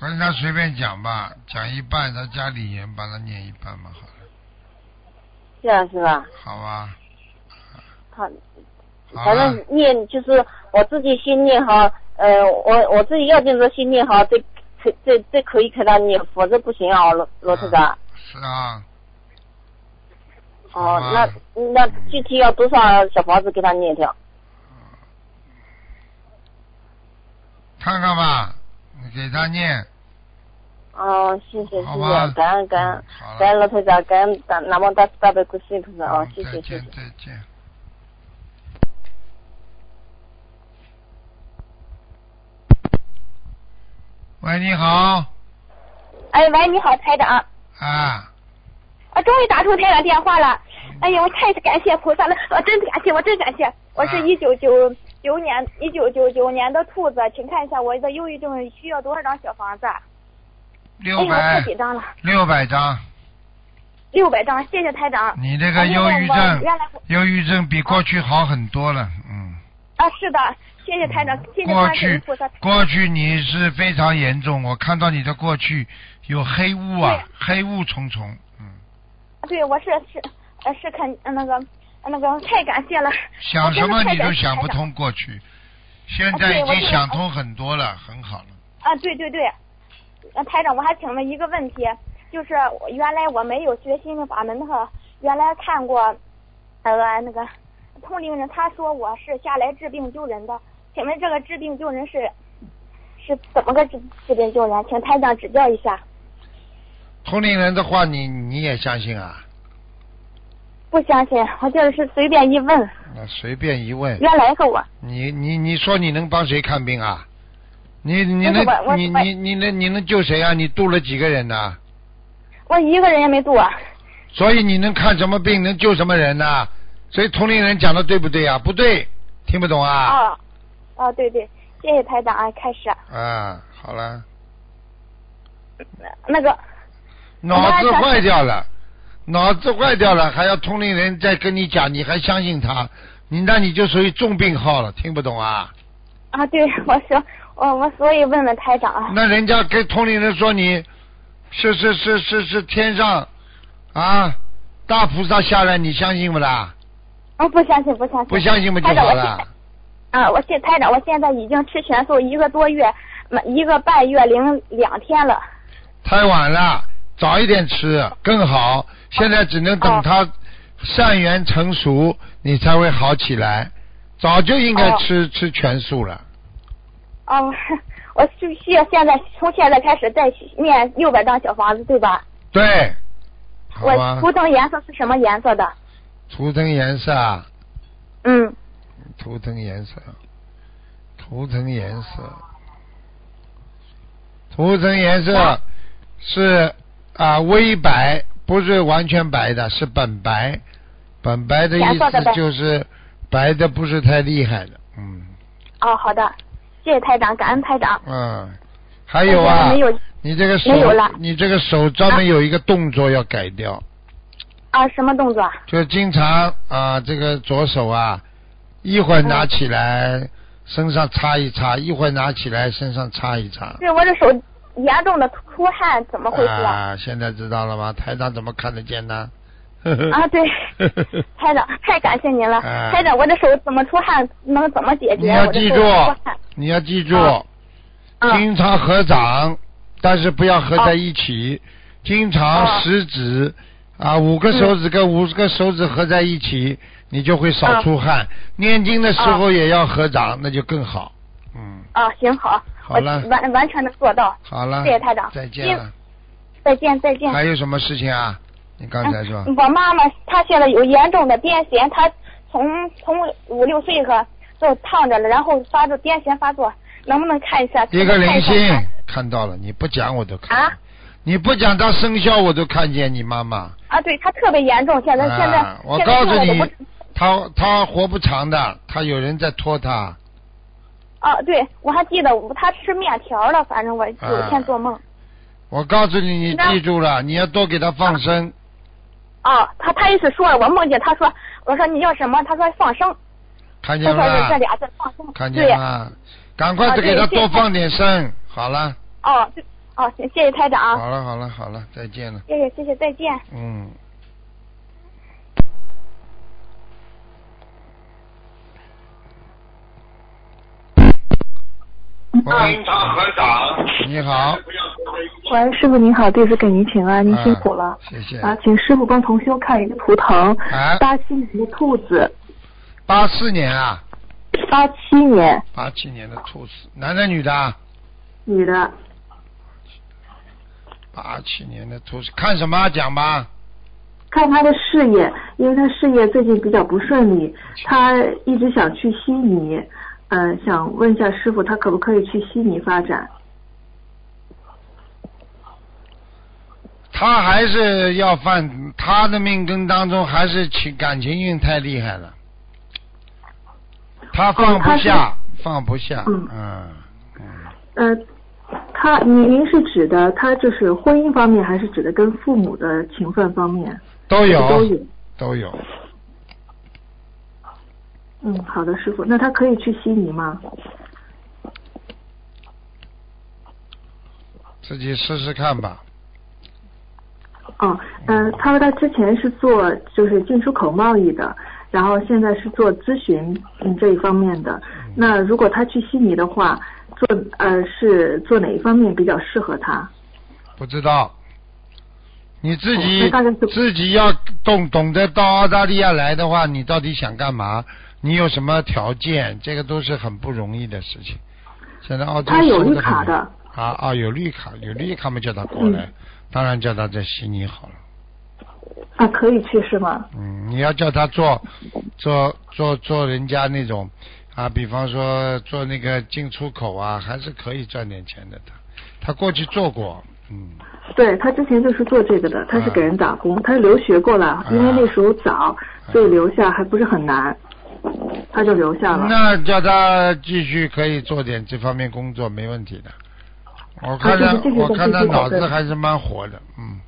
[SPEAKER 1] 跟他随便讲吧，讲一半，他家里人帮他念一半嘛，好了。
[SPEAKER 4] 这样是吧？
[SPEAKER 1] 好吧，
[SPEAKER 4] 他
[SPEAKER 1] 好
[SPEAKER 4] 反
[SPEAKER 1] 了
[SPEAKER 4] 正，念就是我自己先念好，呃，我我自己要定的先念好，这可这这可以给他念，否则不行啊，罗罗科长。
[SPEAKER 1] 是啊，好
[SPEAKER 4] 哦、
[SPEAKER 1] 啊
[SPEAKER 4] 那那具体要多少小房子给他念掉？
[SPEAKER 1] 看看吧，你给他念，
[SPEAKER 2] 哦，谢谢谢
[SPEAKER 1] 好吧
[SPEAKER 2] 谢，感恩感恩
[SPEAKER 1] 嗯好了
[SPEAKER 2] 感恩罗台长，感恩大南无大慈大悲观世音菩萨哦
[SPEAKER 1] 嗯，
[SPEAKER 2] 谢谢
[SPEAKER 1] 再
[SPEAKER 2] 谢谢
[SPEAKER 1] 见。再见。喂，你好，
[SPEAKER 5] 哎，喂，你好，台长，
[SPEAKER 1] 啊，
[SPEAKER 5] 啊，终于打通台长电话了。
[SPEAKER 1] 嗯
[SPEAKER 5] 哎呀，我太感谢菩萨了，我真感谢，我真感谢。我是
[SPEAKER 1] 啊
[SPEAKER 5] 一九九九年，一九九九年的兔子，请看一下我的忧郁症需要多少张小房子？哎呀，
[SPEAKER 1] 六
[SPEAKER 5] 哎我太
[SPEAKER 1] 百
[SPEAKER 5] 紧张了，
[SPEAKER 1] 六百张，
[SPEAKER 5] 六百张，谢谢台长。
[SPEAKER 1] 你这个忧郁
[SPEAKER 5] 哎呀
[SPEAKER 1] 症
[SPEAKER 5] 我原来我，
[SPEAKER 1] 忧郁症比过去好很多了，嗯。
[SPEAKER 5] 啊，是的，谢谢台长，哦谢谢
[SPEAKER 1] 过
[SPEAKER 5] 观世音
[SPEAKER 1] 去
[SPEAKER 5] 菩萨。
[SPEAKER 1] 过去你是非常严重，我看到你的过去有黑雾啊，黑雾重重，嗯，
[SPEAKER 5] 啊对，我是是呃是看呃那个呃那个太感谢了。
[SPEAKER 1] 想什么
[SPEAKER 5] 我真的太
[SPEAKER 1] 你都
[SPEAKER 5] 感谢
[SPEAKER 1] 想不
[SPEAKER 5] 台长
[SPEAKER 1] 通过去，现
[SPEAKER 5] 啊
[SPEAKER 1] 在
[SPEAKER 5] 对
[SPEAKER 1] 已
[SPEAKER 5] 我
[SPEAKER 1] 经
[SPEAKER 5] 知道
[SPEAKER 1] 想通很多了，很好了。
[SPEAKER 5] 啊，对对对，呃，台长，我还请了一个问题，就是我原来我没有学心灵法门的，原来看过，呃，那个通灵人，他说我是下来治病救人的，请问这个治病救人是是怎么个治治病救人？请台长指教一下。
[SPEAKER 1] 同龄人的话，你你也相信啊？
[SPEAKER 5] 不相信，我就是随便一问，
[SPEAKER 1] 那随便一问，
[SPEAKER 5] 原来和我
[SPEAKER 1] 你你你说你能帮谁看病啊？你你
[SPEAKER 5] 不是我
[SPEAKER 1] 能
[SPEAKER 5] 我
[SPEAKER 1] 你
[SPEAKER 5] 我
[SPEAKER 1] 你你能你能救谁啊？你渡了几个人呐、
[SPEAKER 5] 我一个人也没度啊。
[SPEAKER 1] 所以你能看什么病，能救什么人呐、所以同龄人讲的对不对啊？不对，听不懂啊？
[SPEAKER 5] 啊，啊，对对，谢谢台长啊，开始啊
[SPEAKER 1] 啊，好了，
[SPEAKER 5] 那个。
[SPEAKER 1] 脑子坏掉了，脑子坏掉了，还要同龄人再跟你讲，你还相信他？你那你就属于重病号了，听不懂啊？
[SPEAKER 5] 啊，对，我说，我我所以问问台长啊，
[SPEAKER 1] 那人家跟同龄人说你是是是是是天上啊大菩萨下来，你相信不啦？
[SPEAKER 5] 啊，不相信，不相信，
[SPEAKER 1] 不相信不就
[SPEAKER 5] 台长
[SPEAKER 1] 好
[SPEAKER 5] 我
[SPEAKER 1] 了
[SPEAKER 5] 现？啊，我现台长，我现在已经吃全素一个多月，嗯一个半月零两天了。
[SPEAKER 1] 太晚了，早一点吃更好。现在只能等它善缘成熟，你才会好起来。早就应该吃、吃全素了。
[SPEAKER 5] 啊，我 <laughs> 我需需要现在从现在开始再念六百张小房子，对吧？
[SPEAKER 1] 对，好啊
[SPEAKER 5] 我
[SPEAKER 1] 吧
[SPEAKER 5] 图。腾颜色是什么颜色的？
[SPEAKER 1] 图腾颜色啊，
[SPEAKER 5] 嗯，
[SPEAKER 1] 图腾颜色，图腾颜色，图腾颜色是啊微白，不是完全白的，是本白。本白的
[SPEAKER 5] 颜
[SPEAKER 1] 意
[SPEAKER 5] 色的
[SPEAKER 1] 思
[SPEAKER 5] 呗
[SPEAKER 1] 就是白的不是太厉害的，嗯。
[SPEAKER 5] 哦，好的，谢谢台长，感恩台长。
[SPEAKER 1] 嗯，还有啊
[SPEAKER 5] 没，有
[SPEAKER 1] 你这个手
[SPEAKER 5] 没有了，
[SPEAKER 1] 你这个手专门有一个动作要改掉，
[SPEAKER 5] 啊，什么动作？
[SPEAKER 1] 就经常啊，这个左手啊，一会儿拿起来身上擦一擦，一会儿拿起来身上擦一擦。
[SPEAKER 5] 是我这手严重的出汗，怎么回事啊？
[SPEAKER 1] 啊，现在知道了吗？台长怎么看得见呢？呵呵
[SPEAKER 5] 啊，对。
[SPEAKER 1] <laughs> 呵呵
[SPEAKER 5] 台长，太感谢您了。
[SPEAKER 1] 哎
[SPEAKER 5] 台长，我的手怎么出汗？能怎么解
[SPEAKER 1] 你
[SPEAKER 5] 决？
[SPEAKER 1] 要
[SPEAKER 5] 我的
[SPEAKER 1] 记
[SPEAKER 5] 手
[SPEAKER 1] 住
[SPEAKER 5] 出汗。，
[SPEAKER 1] 你要记住，
[SPEAKER 5] 啊嗯
[SPEAKER 1] 经常合掌，但是不要合在
[SPEAKER 5] 啊
[SPEAKER 1] 一起。经常
[SPEAKER 5] 啊
[SPEAKER 1] 食指啊，五个手指跟五个手指合在一起，你就会少
[SPEAKER 5] 嗯啊
[SPEAKER 1] 出汗。念经的时候也要合掌，那就更好。嗯，
[SPEAKER 5] 啊，行好，
[SPEAKER 1] 好
[SPEAKER 5] 我
[SPEAKER 1] 了
[SPEAKER 5] 完完全能做到。
[SPEAKER 1] 好了，
[SPEAKER 5] 谢谢台长
[SPEAKER 1] 再见了。
[SPEAKER 5] 再见，再见。
[SPEAKER 1] 还有什么事情啊？你刚才说
[SPEAKER 5] 嗯我妈妈她现在有严重的癫痫，她从从五六岁个就烫着了，然后发作癫痫发作，能不能看一下？
[SPEAKER 1] 一个
[SPEAKER 5] 看
[SPEAKER 1] 灵
[SPEAKER 5] 一下
[SPEAKER 1] 性看到了，你不讲我都看见
[SPEAKER 5] 啊
[SPEAKER 1] 你不讲它生肖我都看见你妈妈。
[SPEAKER 5] 啊，对，她特别严重，现在、现在
[SPEAKER 1] 啊、我
[SPEAKER 5] 现在
[SPEAKER 1] 告
[SPEAKER 5] 现
[SPEAKER 1] 诉
[SPEAKER 5] 在我
[SPEAKER 1] 你
[SPEAKER 5] 不知，
[SPEAKER 1] 他他活不长的，他有人在拖他。
[SPEAKER 5] 啊，对，我还记得她吃面条了，反正我
[SPEAKER 1] 啊
[SPEAKER 5] 有一天做梦。
[SPEAKER 1] 我告诉你，你
[SPEAKER 5] 那
[SPEAKER 1] 记住了，你要多给他放生。
[SPEAKER 5] 哦，他他意思说了，我梦见他说，我说你要什么？他说放生，
[SPEAKER 1] 看
[SPEAKER 5] 他
[SPEAKER 1] 见
[SPEAKER 5] 说是这
[SPEAKER 1] 了吗？
[SPEAKER 5] 俩字啊放生。
[SPEAKER 1] 看见
[SPEAKER 5] 对
[SPEAKER 1] 了，吗？赶快
[SPEAKER 5] 啊
[SPEAKER 1] 再给
[SPEAKER 5] 对
[SPEAKER 1] 他
[SPEAKER 5] 谢谢
[SPEAKER 1] 多放点生。好了，
[SPEAKER 5] 哦，对哦，行，谢谢台长啊，
[SPEAKER 1] 好了，好了，好了，再见了。
[SPEAKER 5] 谢谢谢谢，再见。
[SPEAKER 1] 嗯。喂，
[SPEAKER 6] 合掌。
[SPEAKER 1] 你好，
[SPEAKER 7] 喂，师傅您好，弟子给您请安，您哎辛苦了
[SPEAKER 1] 啊。谢谢。
[SPEAKER 7] 啊，请师傅帮同修看一个图腾
[SPEAKER 1] 啊，
[SPEAKER 7] 八七年的兔子，
[SPEAKER 1] 八四年啊，
[SPEAKER 7] 八七年
[SPEAKER 1] 八七年的兔子，男的女的啊？
[SPEAKER 7] 女的，
[SPEAKER 1] 八七年的兔子，看什么啊讲吧？
[SPEAKER 7] 看他的事业，因为他事业最近比较不顺利，他一直想去悉尼，呃，想问一下师傅，他可不可以去悉尼发展？
[SPEAKER 1] 他还是要犯他的命根当中还是情感情运太厉害了，他放不下，放不下，
[SPEAKER 7] 哦嗯
[SPEAKER 1] 嗯嗯
[SPEAKER 7] 呃，他您您是指的他就是婚姻方面，还是指的跟父母的情分方面？
[SPEAKER 1] 都有
[SPEAKER 7] 都有。
[SPEAKER 1] 都有，
[SPEAKER 7] 嗯，好的，师傅，那他可以去悉尼吗？
[SPEAKER 1] 自己试试看吧。
[SPEAKER 7] 哦，呃，他说他之前是做就是进出口贸易的，然后现在是做咨询嗯这一方面的。那如果他去悉尼的话，做呃是做哪一方面比较适合他？
[SPEAKER 1] 不知道，你自
[SPEAKER 7] 哦
[SPEAKER 1] 己
[SPEAKER 7] 那大概是
[SPEAKER 1] 自己要懂懂得到澳大利亚来的话，你到底想干嘛？你有什么条件？这个都是很不容易的事情。现在澳洲
[SPEAKER 7] 他有
[SPEAKER 1] 收得
[SPEAKER 7] 绿
[SPEAKER 1] 很
[SPEAKER 7] 卡的
[SPEAKER 1] 啊
[SPEAKER 7] 嗯
[SPEAKER 1] 啊，有绿卡，有绿卡嘛，叫他过来，当然叫他在悉尼好了。
[SPEAKER 7] 啊，可以去是吗？
[SPEAKER 1] 嗯，你要叫他做做做做人家那种啊，比方说做那个进出口啊，还是可以赚点钱的。他他过去做过，嗯，
[SPEAKER 7] 对他之前就是做这个的，他是
[SPEAKER 1] 啊
[SPEAKER 7] 给人打工，他留学过来，因为那时候早，所以留下还不是很难，他就留下了。
[SPEAKER 1] 那叫他继续可以做点这方面工作，没问题的。我看他，
[SPEAKER 7] 啊对对对对
[SPEAKER 1] 我看他
[SPEAKER 7] 对对对
[SPEAKER 1] 脑子
[SPEAKER 7] 对
[SPEAKER 1] 还是蛮活的，嗯。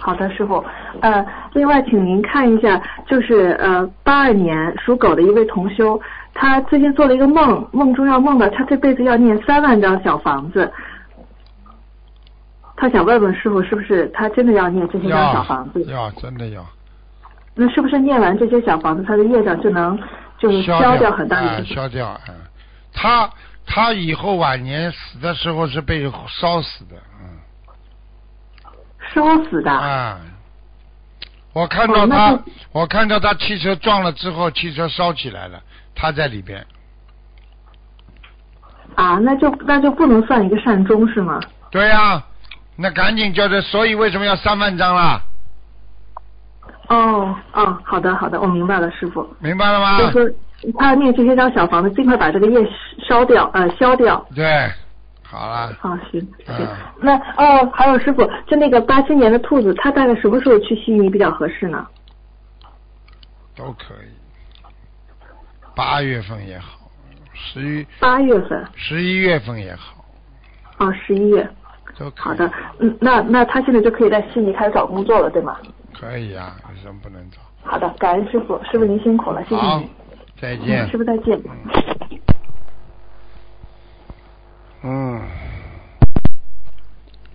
[SPEAKER 7] 好的，师傅。呃，另外，请您看一下，就是呃，八二年属狗的一位同修，他最近做了一个梦，梦中要梦到他这辈子要念三万张小房子。他想问问师傅，是不是他真的要念这些张小
[SPEAKER 1] 要
[SPEAKER 7] 房子？
[SPEAKER 1] 要真的要
[SPEAKER 7] 那是不是念完这些小房子，他的业障就能就是消
[SPEAKER 1] 掉
[SPEAKER 7] 很大
[SPEAKER 1] 啊
[SPEAKER 7] 一部分？
[SPEAKER 1] 消掉啊。他他以后晚年死的时候是被烧死的，嗯。
[SPEAKER 7] 烧死的。
[SPEAKER 1] 啊，我看到
[SPEAKER 7] 哦那
[SPEAKER 1] 他
[SPEAKER 7] 就，
[SPEAKER 1] 我看到他汽车撞了之后，汽车烧起来了，他在里边。
[SPEAKER 7] 啊，那就那就不能算一个善终是吗？
[SPEAKER 1] 对呀、那赶紧叫他。所以为什么要三万张啦？
[SPEAKER 7] 哦哦，好的好的，我明白了，师傅。
[SPEAKER 1] 明白了
[SPEAKER 7] 就
[SPEAKER 1] 吗
[SPEAKER 7] 是？说他要念这些张小房子，尽快把这个业烧掉，呃，消掉。
[SPEAKER 1] 对，好了，
[SPEAKER 7] 啊，行行
[SPEAKER 1] 嗯，
[SPEAKER 7] 那哦，还有师傅，就那个八七年的兔子，他大概什么时候去悉尼比较合适呢？
[SPEAKER 1] 都可以。八月份也好，十一
[SPEAKER 7] 八月份，
[SPEAKER 1] 十一月份也好，
[SPEAKER 7] 哦，十一月。
[SPEAKER 1] 都可以。
[SPEAKER 7] 好的，嗯，那那他现在就可以在悉尼开始找工作了，对吗？
[SPEAKER 1] 可以啊，为什么不能找？
[SPEAKER 7] 好的，感恩师傅，师傅您辛苦了，谢谢
[SPEAKER 1] 好
[SPEAKER 7] 您，，
[SPEAKER 1] 再见。
[SPEAKER 7] 嗯师傅再见。
[SPEAKER 1] 嗯。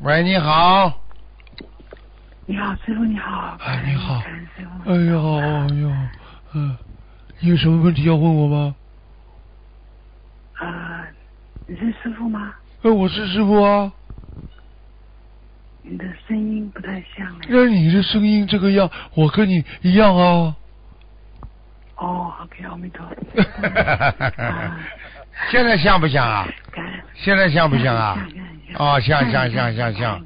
[SPEAKER 1] 喂，你好。
[SPEAKER 6] 你好，师傅你好。
[SPEAKER 1] 哎你好
[SPEAKER 6] 感恩师傅
[SPEAKER 8] 哎呀，哎呀，嗯，你有什么问题要问我吗？
[SPEAKER 6] 啊，你是师傅吗？
[SPEAKER 8] 哎，我是师傅啊。
[SPEAKER 6] 你的声音不太像哎。
[SPEAKER 8] 那你的声音这个样，我跟你一样啊。
[SPEAKER 6] 哦，OK，阿弥
[SPEAKER 8] <laughs>
[SPEAKER 6] 陀佛。
[SPEAKER 1] <laughs> 现在像不像啊？
[SPEAKER 6] 感恩。
[SPEAKER 1] 现在像不像啊
[SPEAKER 6] 像？像
[SPEAKER 1] 哦，像像像像
[SPEAKER 6] 像
[SPEAKER 1] 像。。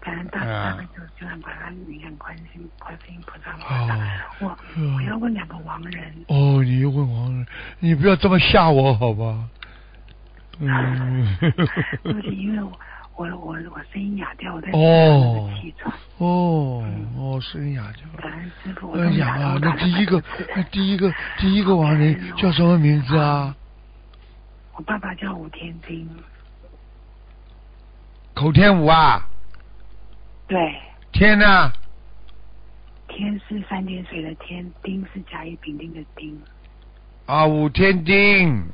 [SPEAKER 6] 感恩大
[SPEAKER 1] 嗯
[SPEAKER 6] 慈悲救救难广大灵感观世音观世音菩萨菩萨
[SPEAKER 8] 哦。
[SPEAKER 6] 我
[SPEAKER 8] 嗯
[SPEAKER 6] 我要问两个亡人，。
[SPEAKER 8] 哦，你又问王人，你不要这么吓我好吧？嗯
[SPEAKER 6] <laughs> 对不起，因为我我我我声音哑掉，我在
[SPEAKER 8] 哦
[SPEAKER 6] 气喘。
[SPEAKER 8] <laughs> 哦哦，声音哑掉了。
[SPEAKER 6] 感恩师傅，我
[SPEAKER 8] 哎
[SPEAKER 6] 终于
[SPEAKER 8] 呀
[SPEAKER 6] 打通
[SPEAKER 8] 那
[SPEAKER 6] 打
[SPEAKER 8] 第一
[SPEAKER 6] 通
[SPEAKER 8] 个，那第一个，第一个亡人叫什么名字啊？
[SPEAKER 6] 我爸爸叫吴天金，
[SPEAKER 1] 口天吴啊，
[SPEAKER 6] 对。
[SPEAKER 1] 天啊呐，
[SPEAKER 6] 天是三点水的天，丁是甲乙丙丁的丁，
[SPEAKER 1] 啊，五天丁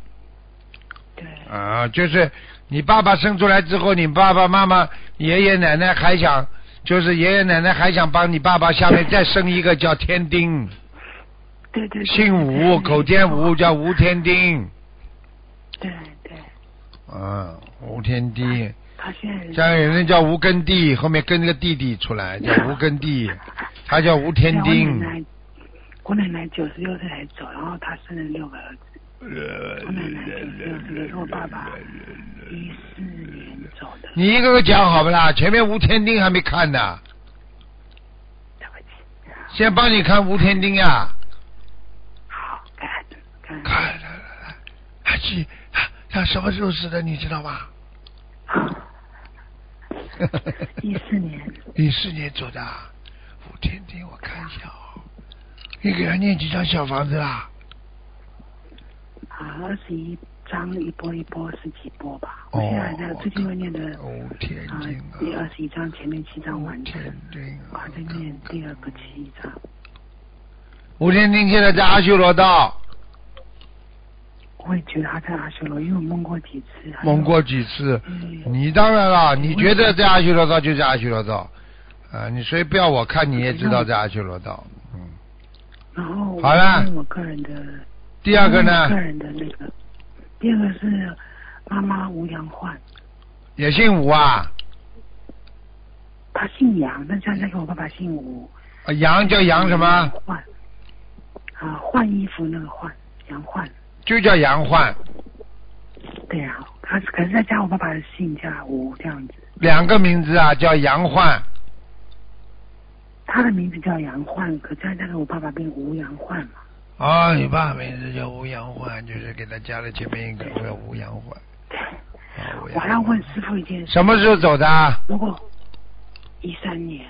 [SPEAKER 6] 对，
[SPEAKER 1] 啊，就是你爸爸生出来之后，你爸爸妈妈、爷爷奶奶还想，就是爷爷奶奶还想帮你爸爸下面再生一个叫天丁，
[SPEAKER 6] 对对对，
[SPEAKER 1] 姓吴，口天吴叫吴天丁，
[SPEAKER 6] 对对，
[SPEAKER 1] 啊，吴天丁。
[SPEAKER 6] 他现在人
[SPEAKER 1] 像有人叫吴根弟，后面跟那个弟弟出来，叫吴根弟，他叫吴天
[SPEAKER 6] <laughs>
[SPEAKER 1] 丁
[SPEAKER 6] 我。奶奶，我奶奶九十六岁才走，然后她生了六个儿
[SPEAKER 1] 呃
[SPEAKER 6] 子，我奶奶九十六岁，可是我爸爸一四年走，的。
[SPEAKER 1] 你一个个讲好不啦？前面吴天丁还没看呢。先帮你看吴天丁呀。
[SPEAKER 6] 好，感恩感恩。
[SPEAKER 1] 看来来来，去，他啊什么时候死的？你知道吗？
[SPEAKER 6] <laughs> 一四年，
[SPEAKER 1] 一四年走的啊，吴天丁，我看一下哦。你给他念几张小房子啦？
[SPEAKER 6] 啊，二十一张一波一波十几波吧。
[SPEAKER 1] 哦
[SPEAKER 6] 我现在还在最近又念的
[SPEAKER 1] 哦天
[SPEAKER 6] 啊
[SPEAKER 1] 津啊，
[SPEAKER 6] 第二十一张前面七张完成
[SPEAKER 1] 天，津
[SPEAKER 6] 我
[SPEAKER 1] 啊
[SPEAKER 6] 还在念第二个七张。
[SPEAKER 1] 吴天丁现在在阿修罗道，
[SPEAKER 6] 我也觉得他在阿修罗，因为我梦过几次。还有
[SPEAKER 1] 蒙过几次。
[SPEAKER 6] 嗯
[SPEAKER 1] 你当然了，你觉得在阿修罗道就在阿修罗道，啊，你所以不要我看你也知道在阿修罗道。嗯，
[SPEAKER 6] 然后我
[SPEAKER 1] 好了
[SPEAKER 6] 问我个人的，
[SPEAKER 1] 第二个
[SPEAKER 6] 问我个
[SPEAKER 1] 呢，
[SPEAKER 6] 人的那个，第二个是妈妈吴杨焕，
[SPEAKER 1] 也姓吴啊，
[SPEAKER 6] 她姓杨，但是她跟我爸爸姓吴。
[SPEAKER 1] 啊杨叫杨什么？
[SPEAKER 6] 焕。啊，换衣服那个换，杨焕。
[SPEAKER 1] 就叫杨焕，
[SPEAKER 6] 对呀、啊，可是可是再加我爸爸的姓加吴这样子，
[SPEAKER 1] 两个名字啊，叫杨焕。
[SPEAKER 6] 他的名字叫杨焕，可是再加上我爸爸变吴杨焕嘛。
[SPEAKER 1] 啊，你爸名字叫吴杨焕，就是给他加了前面一个叫吴杨焕。啊吴
[SPEAKER 6] 我
[SPEAKER 1] 杨
[SPEAKER 6] 还
[SPEAKER 1] 焕
[SPEAKER 6] 要问师傅一件事，
[SPEAKER 1] 什么时候走的啊？
[SPEAKER 6] 如果一三年，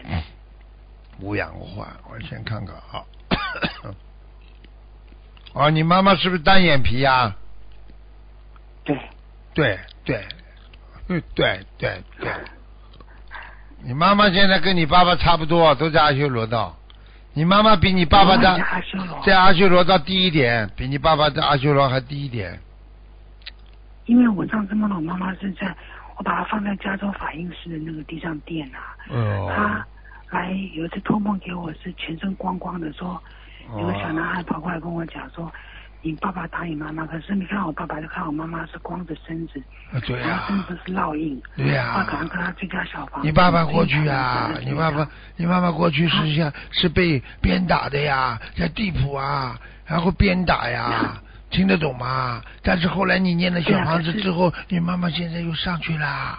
[SPEAKER 1] 无氧化，我先看看啊。 <coughs> 哦，你妈妈是不是单眼皮呀、啊
[SPEAKER 6] 对，
[SPEAKER 1] 对对，嗯对对对。你妈妈现在跟你爸爸差不多，都在阿修罗道。你妈妈比你爸爸
[SPEAKER 6] 在
[SPEAKER 1] 在
[SPEAKER 6] 阿修罗，
[SPEAKER 1] 在阿修罗道低一点，比你爸爸在阿修罗还低一点。
[SPEAKER 6] 因为我上次梦到我妈妈是在，我把她放在加州法印室的那个地上垫啊，
[SPEAKER 1] 哦
[SPEAKER 6] 她来有一次托梦给我是全身光光的说，有个
[SPEAKER 1] 哦
[SPEAKER 6] 小男孩跑过来跟我讲说，你爸爸打你妈妈，可是你看我爸爸就看我妈妈是光着身子，
[SPEAKER 1] 哦对呀、
[SPEAKER 6] 然后身子是烙印，
[SPEAKER 1] 对呀、
[SPEAKER 6] 他可能跟他最佳小房，
[SPEAKER 1] 你爸爸过去啊，你爸爸，你妈妈过去
[SPEAKER 6] 啊
[SPEAKER 1] 是像是被鞭打的呀，在地铺啊，然后鞭打
[SPEAKER 6] 啊
[SPEAKER 1] 呀， <laughs> 听得懂吗？但是后来你念了小房子之后，你妈妈现在又上去啦，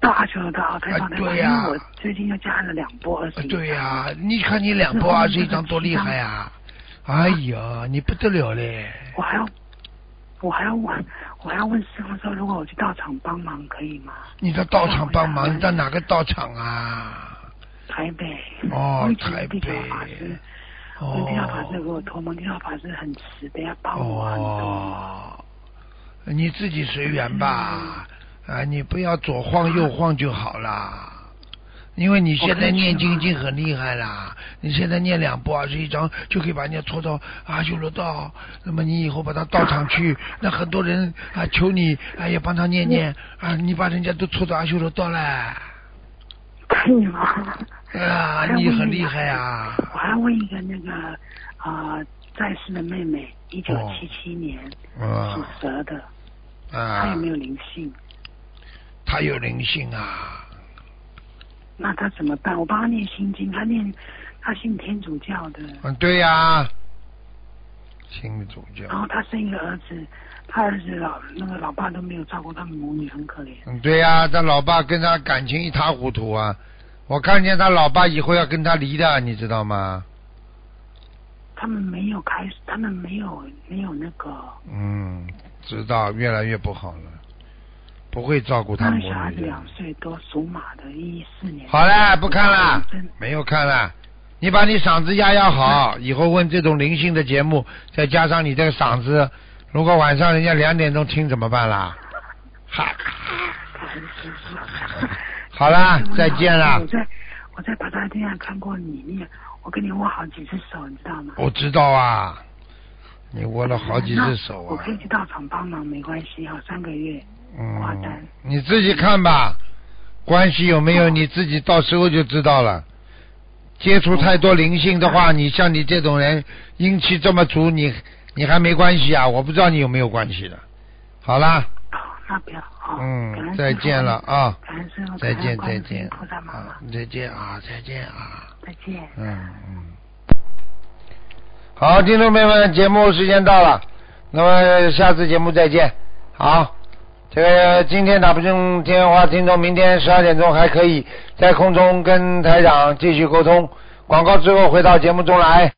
[SPEAKER 6] 大啊球大太棒太棒，
[SPEAKER 1] 哎对
[SPEAKER 6] 因
[SPEAKER 1] 呀
[SPEAKER 6] 为我最近又加了两波二十
[SPEAKER 1] 呃
[SPEAKER 6] 一，
[SPEAKER 1] 对呀、你看你两波二十一张多厉害呀、
[SPEAKER 6] 啊
[SPEAKER 1] 哎呀，你不得了嘞！
[SPEAKER 6] 我还要，我还要问，我还要问师傅说，如果我去道场帮忙可以吗？
[SPEAKER 1] 你到道场帮忙，你到哪个道场啊？
[SPEAKER 6] 台北，
[SPEAKER 1] 哦
[SPEAKER 6] 我以前
[SPEAKER 1] 台
[SPEAKER 6] 地
[SPEAKER 1] 北
[SPEAKER 6] 教法师，
[SPEAKER 1] 哦
[SPEAKER 6] 跟地教法师给我托梦，地教法师很慈悲，他帮我很多。
[SPEAKER 1] 哦，你自己随缘吧，啊，你不要左晃右晃就好啦。因为你现在念经已经很厉害啦，你现在念两波二十一章就可以把人家拖到阿修罗道，那么你以后把他道场去，那很多人啊求你，哎呀帮他念念啊，你把人家都拖到阿修罗道啊啦，
[SPEAKER 6] 可以吗？
[SPEAKER 1] 啊，你很厉害啊，
[SPEAKER 6] 我还问一个那个啊、呃在世的妹妹，一九七七年属
[SPEAKER 1] 哦啊
[SPEAKER 6] 蛇的，她
[SPEAKER 1] 啊
[SPEAKER 6] 有，没有灵性？
[SPEAKER 1] 他有灵性啊，
[SPEAKER 6] 那她怎么办？我帮她念心经，她念她信天主教的，
[SPEAKER 1] 嗯，对呀、信主教。
[SPEAKER 6] 然后她生一个儿子，她儿子老那个老爸都没有照顾他们母女，很可怜。
[SPEAKER 1] 嗯，对呀、他老爸跟他感情一塌糊涂啊！我看见他老爸以后要跟他离的，你知道吗？
[SPEAKER 6] 他们没有开始，他们没有没有那个，
[SPEAKER 1] 嗯，知道，越来越不好了，不会照顾他
[SPEAKER 6] 那
[SPEAKER 1] 母
[SPEAKER 6] 个小孩子
[SPEAKER 1] 女的
[SPEAKER 6] 两。岁多，属马的，一四年。
[SPEAKER 1] 好啦，不看啦
[SPEAKER 6] 真，
[SPEAKER 1] 没有看啦。你把你嗓子压压
[SPEAKER 6] 嗯
[SPEAKER 1] 好，以后问这种灵性的节目，再加上你这个嗓子，如果晚上人家两点钟听怎么办啦？
[SPEAKER 6] <laughs>
[SPEAKER 1] 哈，
[SPEAKER 6] 感恩师父
[SPEAKER 1] 好啦，再见啦
[SPEAKER 6] 我。在我在八大店上看过你，你也我跟你握好几次手，你知道吗？
[SPEAKER 1] 我知道啊，你握了好几
[SPEAKER 6] 那
[SPEAKER 1] 只手啊。
[SPEAKER 6] 我可以去道场帮忙，没关系，还有三个月。挂单
[SPEAKER 1] 嗯，你自己看吧，关系有没
[SPEAKER 6] 哦
[SPEAKER 1] 有你自己到时候就知道了。接触太多灵性的
[SPEAKER 6] 哦
[SPEAKER 1] 话，你像你这种人阴气这么足，你你还没关系啊？我不知道你有没有关系的。好啦，
[SPEAKER 6] 好，哦那不要好。感恩
[SPEAKER 1] 嗯，
[SPEAKER 6] 师父
[SPEAKER 1] 再见了。啊，
[SPEAKER 6] 感恩师傅，
[SPEAKER 1] 再见
[SPEAKER 6] 感
[SPEAKER 1] 再
[SPEAKER 6] 恩观世音
[SPEAKER 1] 见
[SPEAKER 6] 菩萨妈妈
[SPEAKER 1] 啊，，再见啊，再见啊。
[SPEAKER 6] 再见。
[SPEAKER 1] 嗯，嗯，好，听众朋友们，节目时间到了，那么下次节目再见。好，这个今天打不进电话，听众明天十二点钟还可以在空中跟台长继续沟通。广告之后回到节目中来。